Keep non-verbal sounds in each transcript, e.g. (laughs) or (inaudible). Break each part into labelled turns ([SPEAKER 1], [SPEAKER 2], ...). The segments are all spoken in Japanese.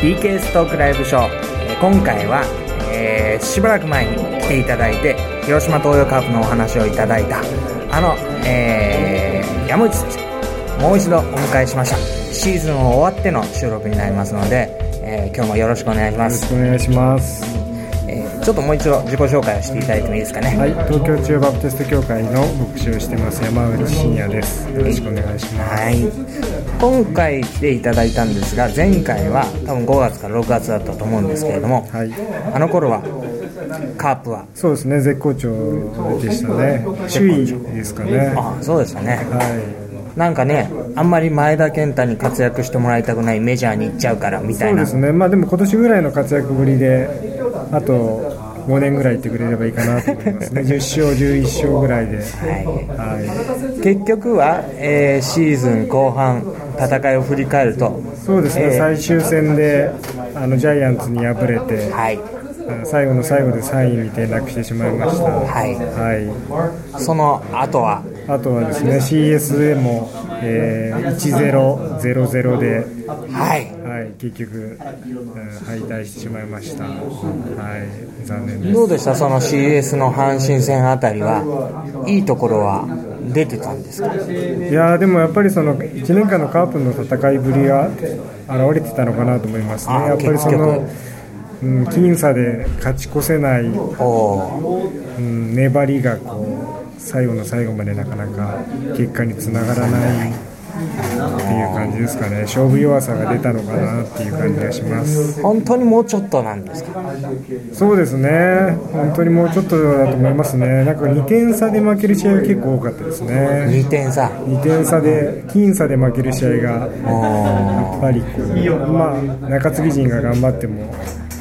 [SPEAKER 1] TKS トークライブショー、えー今回は、えーしばらく前に来ていただいて広島東洋カープのお話をいただいたあの、えー山内選手もう一度お迎えしましたシーズンを終わっての収録になりますので、えー今日もよろしくお願いしま
[SPEAKER 2] よろ
[SPEAKER 1] す
[SPEAKER 2] し、くお願いします。
[SPEAKER 1] えーちょっともう一度自己紹介をしていただいてもいいですかね
[SPEAKER 2] はい、東京中バプテスト教会の牧師をしてます山内真也です。よろしくお願いします。
[SPEAKER 1] はい、今回来ていただいたんですが前回は多分5月から6月だったと思うんですけれども、
[SPEAKER 2] はい
[SPEAKER 1] あの頃はカープは
[SPEAKER 2] そうですね、絶好調でしたね。首位ですかね。は
[SPEAKER 1] ああそうでしたね
[SPEAKER 2] い。
[SPEAKER 1] なんかねあんまり前田健太に活躍してもらいたくないメジャーに行っちゃうからみた
[SPEAKER 2] そ
[SPEAKER 1] いうな
[SPEAKER 2] ですね、まあでも今年ぐらいの活躍ぶりで、あと5年ぐらいいってくれればいいかなと思いますね。10勝、11勝ぐらいで。
[SPEAKER 1] は
[SPEAKER 2] はい。
[SPEAKER 1] い、結局は、えーシーズン後半戦いを振り返ると
[SPEAKER 2] そうですね、最終戦であのジャイアンツに敗れて、
[SPEAKER 1] はい
[SPEAKER 2] うん最後の最後で3位に転落してしまいました。
[SPEAKER 1] はい
[SPEAKER 2] はい
[SPEAKER 1] その後は
[SPEAKER 2] あとはですね CS でも、えー、1000で、
[SPEAKER 1] はい
[SPEAKER 2] はい、結局、うん敗退してしまいました、はい、残念です
[SPEAKER 1] どうでしたその CS の阪神戦あたりはいいところは出てたんですか
[SPEAKER 2] いやーでもやっぱりその1年間のカープの戦いぶりが現れてたのかなと思いますね
[SPEAKER 1] あー
[SPEAKER 2] やっぱりその、うん、僅差で勝ち越せない、う
[SPEAKER 1] おお
[SPEAKER 2] ん、粘りがこう最後の最後までなかなか結果につながらないっていう感じですかね勝負弱さが出たのかなっていう感じがします
[SPEAKER 1] 本当にもうちょっとなんですか
[SPEAKER 2] そうですね、本当にもうちょっとだと思いますね、なんか2点差で負ける試合が結構多かったですね、
[SPEAKER 1] 2点差
[SPEAKER 2] 2点差で、僅差で負ける試合が、やっぱりこう、まあ、中継ぎ陣が頑張っても、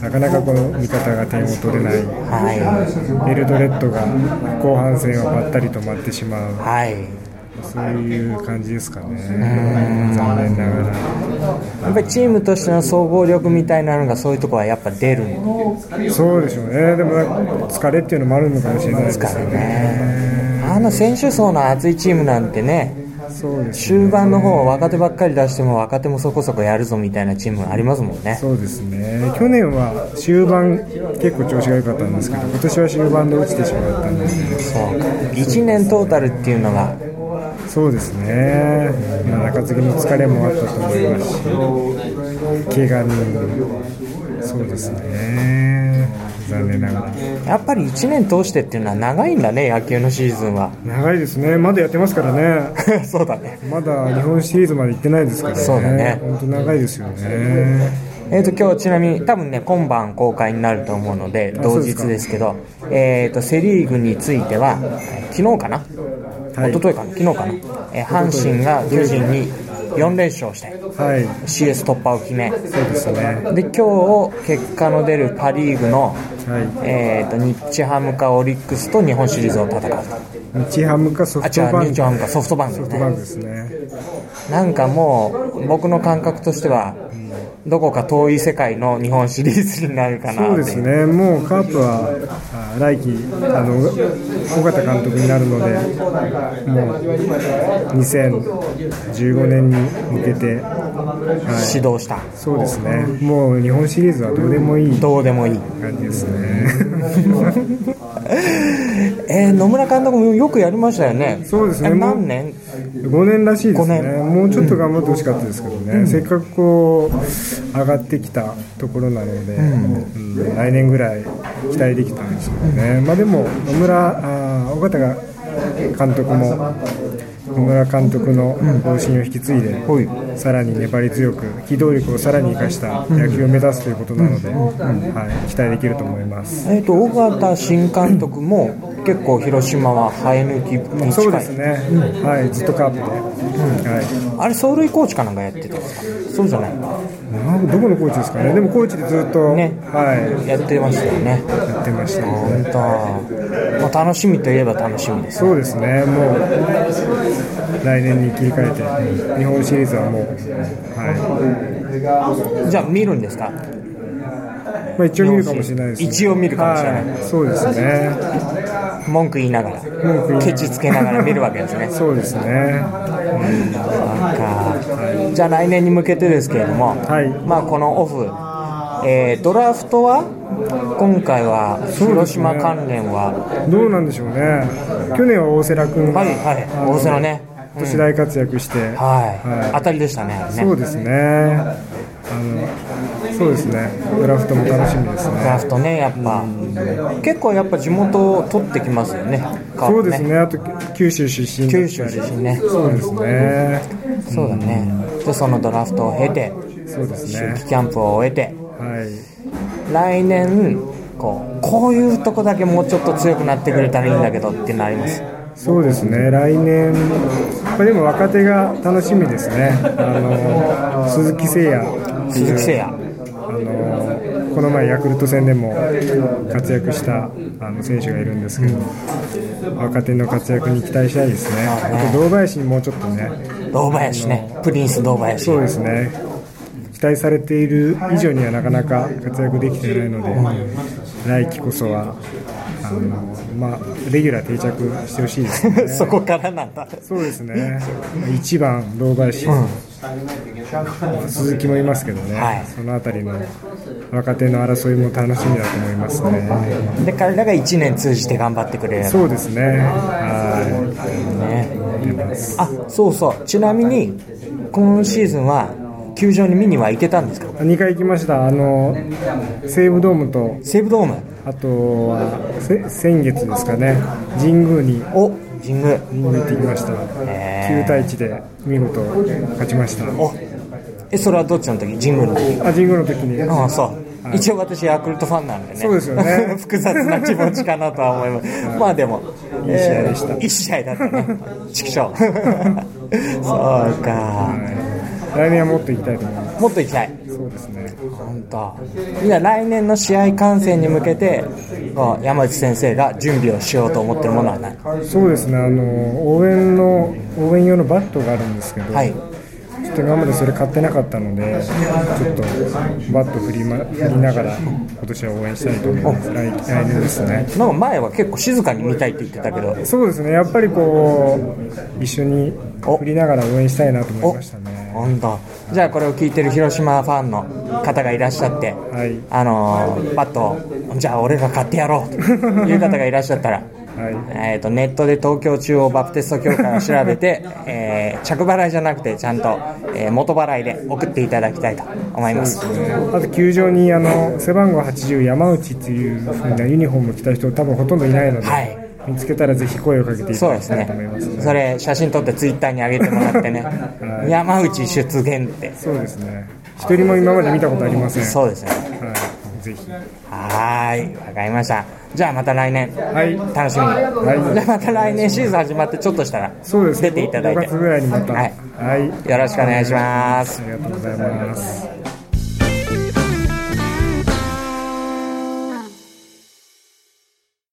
[SPEAKER 2] なかなかこの味方が点を取れない、
[SPEAKER 1] はい
[SPEAKER 2] エルドレッドが後半戦はばったり止まってしまう、
[SPEAKER 1] はい
[SPEAKER 2] そういう感じですかね、残念ながら。
[SPEAKER 1] やっぱりチームとしての総合力みたいなのがそういうところはやっぱ出るん
[SPEAKER 2] そうでしょうね、でもなんか疲れっていうのもあるのかもしれないで
[SPEAKER 1] ですすか
[SPEAKER 2] よ
[SPEAKER 1] ら
[SPEAKER 2] ね。
[SPEAKER 1] ねあの選手層の厚いチームなんてね
[SPEAKER 2] そうですね
[SPEAKER 1] 終盤の方若手ばっかり出しても若手もそこそこやるぞみたいなチームありますもんね
[SPEAKER 2] そうですね去年は終盤結構調子が良かったんですけど今年は終盤で落ちてしまったんです
[SPEAKER 1] そうか1年トータルっていうのが
[SPEAKER 2] そうですね、まあ、中継ぎの疲れもあったと思いますし怪我にそうですね残念ながら
[SPEAKER 1] やっぱり1年通してっていうのは長いんだね野球のシーズンは (laughs)
[SPEAKER 2] 長いですねまだやってますからね
[SPEAKER 1] そうだね
[SPEAKER 2] まだ日本シリーズまで行ってないですからね
[SPEAKER 1] そうだね
[SPEAKER 2] 本当長いですよね
[SPEAKER 1] えー、と今日ちなみに多分ね今晩公開になると思うので同日ですけどえー、とセ・リーグについてはえー昨日かな、
[SPEAKER 2] はい
[SPEAKER 1] 一昨日かな昨日かな、えー阪神が巨人に4連勝して
[SPEAKER 2] はい
[SPEAKER 1] CS 突破を決め
[SPEAKER 2] そうですね
[SPEAKER 1] で今日を結果の出るパ・リーグの、
[SPEAKER 2] は
[SPEAKER 1] えー、と日ハムかオリックスと日本シリーズを戦うと
[SPEAKER 2] い日ハムかソ
[SPEAKER 1] あ
[SPEAKER 2] フト
[SPEAKER 1] 違
[SPEAKER 2] バ
[SPEAKER 1] う
[SPEAKER 2] ンク
[SPEAKER 1] 日ハムかソフトバンク
[SPEAKER 2] ソフト
[SPEAKER 1] ね
[SPEAKER 2] バンクですね
[SPEAKER 1] なんかもう僕の感覚としてはどこか遠い世界の日本シリーズになるかな
[SPEAKER 2] そう
[SPEAKER 1] って
[SPEAKER 2] で
[SPEAKER 1] い
[SPEAKER 2] すね、もうカープはあ来季あの、尾形監督になるので、もう2015年に向けて、はい、
[SPEAKER 1] 指導した
[SPEAKER 2] そうですね、もう日本シリーズはどうでもいい
[SPEAKER 1] どうでもいい
[SPEAKER 2] 感じですね。 (laughs)
[SPEAKER 1] えー野村監督もよくやりましたよね
[SPEAKER 2] そうですね
[SPEAKER 1] え
[SPEAKER 2] もう
[SPEAKER 1] 何年
[SPEAKER 2] 5年らしいですね
[SPEAKER 1] 五年
[SPEAKER 2] もうちょっと頑張ってほしかったですけどね、せっかくこう上がってきたところなので、うん来年ぐらい期待できたんですけどね、まあ、でも野村あー尾形が監督も野村監督の方針を引き継いで、さらに粘り強く機動力をさらに生かした野球を目指すということなので、はい、期待できると思います。
[SPEAKER 1] えっ、と尾形新監督も結構広島は生え抜きに近い
[SPEAKER 2] そうですね、はい、ずっとカープで、はい、
[SPEAKER 1] あれ走塁コーチかなんかやってたんですかそうじゃない
[SPEAKER 2] なんどこのコーチですかね、でもコーチでずっと、
[SPEAKER 1] ね
[SPEAKER 2] は
[SPEAKER 1] やってましたよね
[SPEAKER 2] い、やってましたね、
[SPEAKER 1] 本当、まあ、楽しみといえば楽しみです
[SPEAKER 2] そうですね、もう来年に切り替えて、日本シリーズはもう、は
[SPEAKER 1] じゃあ見るんですか
[SPEAKER 2] いまあ、一応見るかもしれないです、ね、
[SPEAKER 1] 一応見るかもしれない
[SPEAKER 2] はそうですね、
[SPEAKER 1] 文句言いなが
[SPEAKER 2] 句言いなが
[SPEAKER 1] ら
[SPEAKER 2] ら
[SPEAKER 1] ケチつけながら見るわけですね
[SPEAKER 2] (laughs) そうですね、
[SPEAKER 1] なんかじゃあ来年に向けてですけれども、
[SPEAKER 2] はい
[SPEAKER 1] まあ、このオフえードラフトは今回は
[SPEAKER 2] ね
[SPEAKER 1] 広島関連は、
[SPEAKER 2] どうなんでしょうね、去年は大瀬良君が、
[SPEAKER 1] はいはい
[SPEAKER 2] あの
[SPEAKER 1] 大瀬良ね
[SPEAKER 2] 今年大活躍して、
[SPEAKER 1] はい
[SPEAKER 2] はい
[SPEAKER 1] 当たりでしたねあれね
[SPEAKER 2] そうですね、あのそうですね、ドラフトも楽しみです
[SPEAKER 1] ドラ
[SPEAKER 2] ね。
[SPEAKER 1] フトねやっぱ、結構やっぱ地元を取ってきますよねカープ
[SPEAKER 2] そうですね、あと九州出身だ
[SPEAKER 1] 九
[SPEAKER 2] っ
[SPEAKER 1] 州
[SPEAKER 2] たり
[SPEAKER 1] 出身ね
[SPEAKER 2] そうですね、
[SPEAKER 1] そうだねでそのドラフトを経て
[SPEAKER 2] そうです
[SPEAKER 1] 春季
[SPEAKER 2] ね、
[SPEAKER 1] キャンプを終えて
[SPEAKER 2] はい、
[SPEAKER 1] 来年こうこういうとこだけもうちょっと強くなってくれたらいいんだけどっていうのあります
[SPEAKER 2] そうですね、来年、これでも若手が楽しみですね、あの鈴木誠也って
[SPEAKER 1] 鈴木
[SPEAKER 2] いう
[SPEAKER 1] 誠也
[SPEAKER 2] あのこの前、ヤクルト戦でも活躍したあの選手がいるんですけど、若手の活躍に期待したいですね、あと堂林にもうちょっとね、
[SPEAKER 1] 堂林ねプリンス堂林
[SPEAKER 2] そうですね、期待されている以上にはなかなか活躍できてないので、来季こそはあの、まあ、レギュラー定着してほしいです
[SPEAKER 1] (laughs)
[SPEAKER 2] ね。
[SPEAKER 1] そこからなんだ
[SPEAKER 2] そうですね1番、堂林、鈴木もいますけどね、
[SPEAKER 1] はい
[SPEAKER 2] そのあたりの若手の争いも楽しみだと思いますね。
[SPEAKER 1] で彼らが1年通じて頑張ってくれる
[SPEAKER 2] そうですね、は
[SPEAKER 1] ねあそうそうちなみに今シーズンは球場に見には行けたんですか
[SPEAKER 2] い、2回行きました、あの西武ドームと、
[SPEAKER 1] 西武ドーム
[SPEAKER 2] あとはせ先月ですかね、神宮に
[SPEAKER 1] お神宮
[SPEAKER 2] 見に行ってきました、
[SPEAKER 1] へー
[SPEAKER 2] 9対1で見事勝ちました、
[SPEAKER 1] おえそれはどっちの時神宮の時
[SPEAKER 2] あ神宮の時に、
[SPEAKER 1] ああそう一応私ヤクルトファンなんでね
[SPEAKER 2] そうですよね
[SPEAKER 1] (laughs) 複雑な気持ちかなとは思いますまあでもいい試合でした、えーいい試合だった (laughs) ね畜生そうか
[SPEAKER 2] 来年はもっと行きたいと思います。
[SPEAKER 1] もっと行きたい
[SPEAKER 2] そうですね
[SPEAKER 1] 本当みんな来年の試合観戦に向けてこう山内先生が準備をしようと思ってるものはない
[SPEAKER 2] そうですね、あの応援の応援用のバットがあるんですけど、
[SPEAKER 1] はい
[SPEAKER 2] ちょっと今までそれ買ってなかったので、ちょっとバット振り,、ま、振りながら、今年は応援したいと思います、来来年ですね。
[SPEAKER 1] なんか前は結構静かに見たいって言ってたけど
[SPEAKER 2] そうですね、やっぱりこう、一緒に振りながら応援したいなと思いましたね。
[SPEAKER 1] 本当じゃあこれを聞いてる広島ファンの方がいらっしゃって、
[SPEAKER 2] はい
[SPEAKER 1] あのーバットをじゃあ俺が買ってや (laughs) ろうという方がいらっしゃったら、えー、とネットで東京中央バプテスト協会を調べて、 (laughs) えー着払いじゃなくてちゃんと、えー元払いで送っていただきたいと思います
[SPEAKER 2] あと球場にあの背番号80、山内っていうふうなユニフォームを着た人、多分ほとんどいないので、
[SPEAKER 1] はい
[SPEAKER 2] 見つけたらぜひ声をかけていた
[SPEAKER 1] そう
[SPEAKER 2] だ
[SPEAKER 1] で
[SPEAKER 2] き
[SPEAKER 1] す
[SPEAKER 2] たいと思います
[SPEAKER 1] ね。それ写真撮ってツイッターに上げてもら (laughs) ってね、山内出現って
[SPEAKER 2] そうですね。一人も今まで見たことありません。
[SPEAKER 1] そうですね
[SPEAKER 2] はい、ぜひ。
[SPEAKER 1] はーいわかりましたじゃあまた来年
[SPEAKER 2] はい。
[SPEAKER 1] 楽しみに、
[SPEAKER 2] い
[SPEAKER 1] じゃあまた来年シーズン始まってちょっとしたら
[SPEAKER 2] そうですね。
[SPEAKER 1] 出ていただいて
[SPEAKER 2] 5月ぐらいにまた。
[SPEAKER 1] はい
[SPEAKER 2] はい、
[SPEAKER 1] よろしくお願いします
[SPEAKER 2] ありがとうございます。